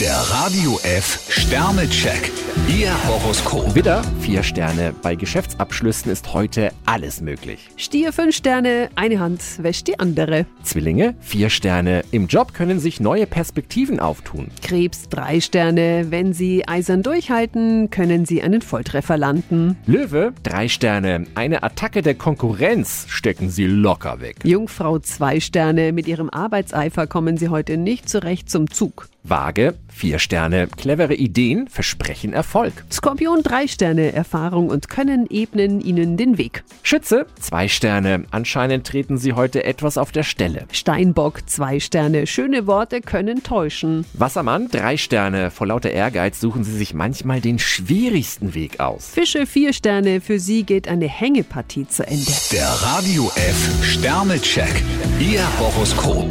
Der Radio F Sternecheck. Ihr Horoskop. Widder, vier Sterne. Bei Geschäftsabschlüssen ist heute alles möglich. Stier 5 Sterne, eine Hand wäscht die andere. Zwillinge, vier Sterne. Im Job können sich neue Perspektiven auftun. Krebs 3 Sterne, wenn Sie eisern durchhalten, können Sie einen Volltreffer landen. Löwe, drei Sterne. Eine Attacke der Konkurrenz stecken sie locker weg. Jungfrau 2 Sterne, mit Ihrem Arbeitseifer kommen Sie heute nicht zurecht zum Zug. Waage, vier Sterne. Clevere Ideen versprechen Erfolg. Skorpion 3 Sterne, Erfahrung und Können ebnen Ihnen den Weg. Schütze, zwei Sterne. Anscheinend treten sie heute etwas auf der Stelle. Steinbock 2 Sterne, schöne Worte können täuschen. Wassermann, drei Sterne. Vor lauter Ehrgeiz suchen sie sich manchmal den schwierigsten Weg aus. Fische 4 Sterne, für Sie geht eine Hängepartie zu Ende. Der Radio F Sternecheck. Ihr Horoskop.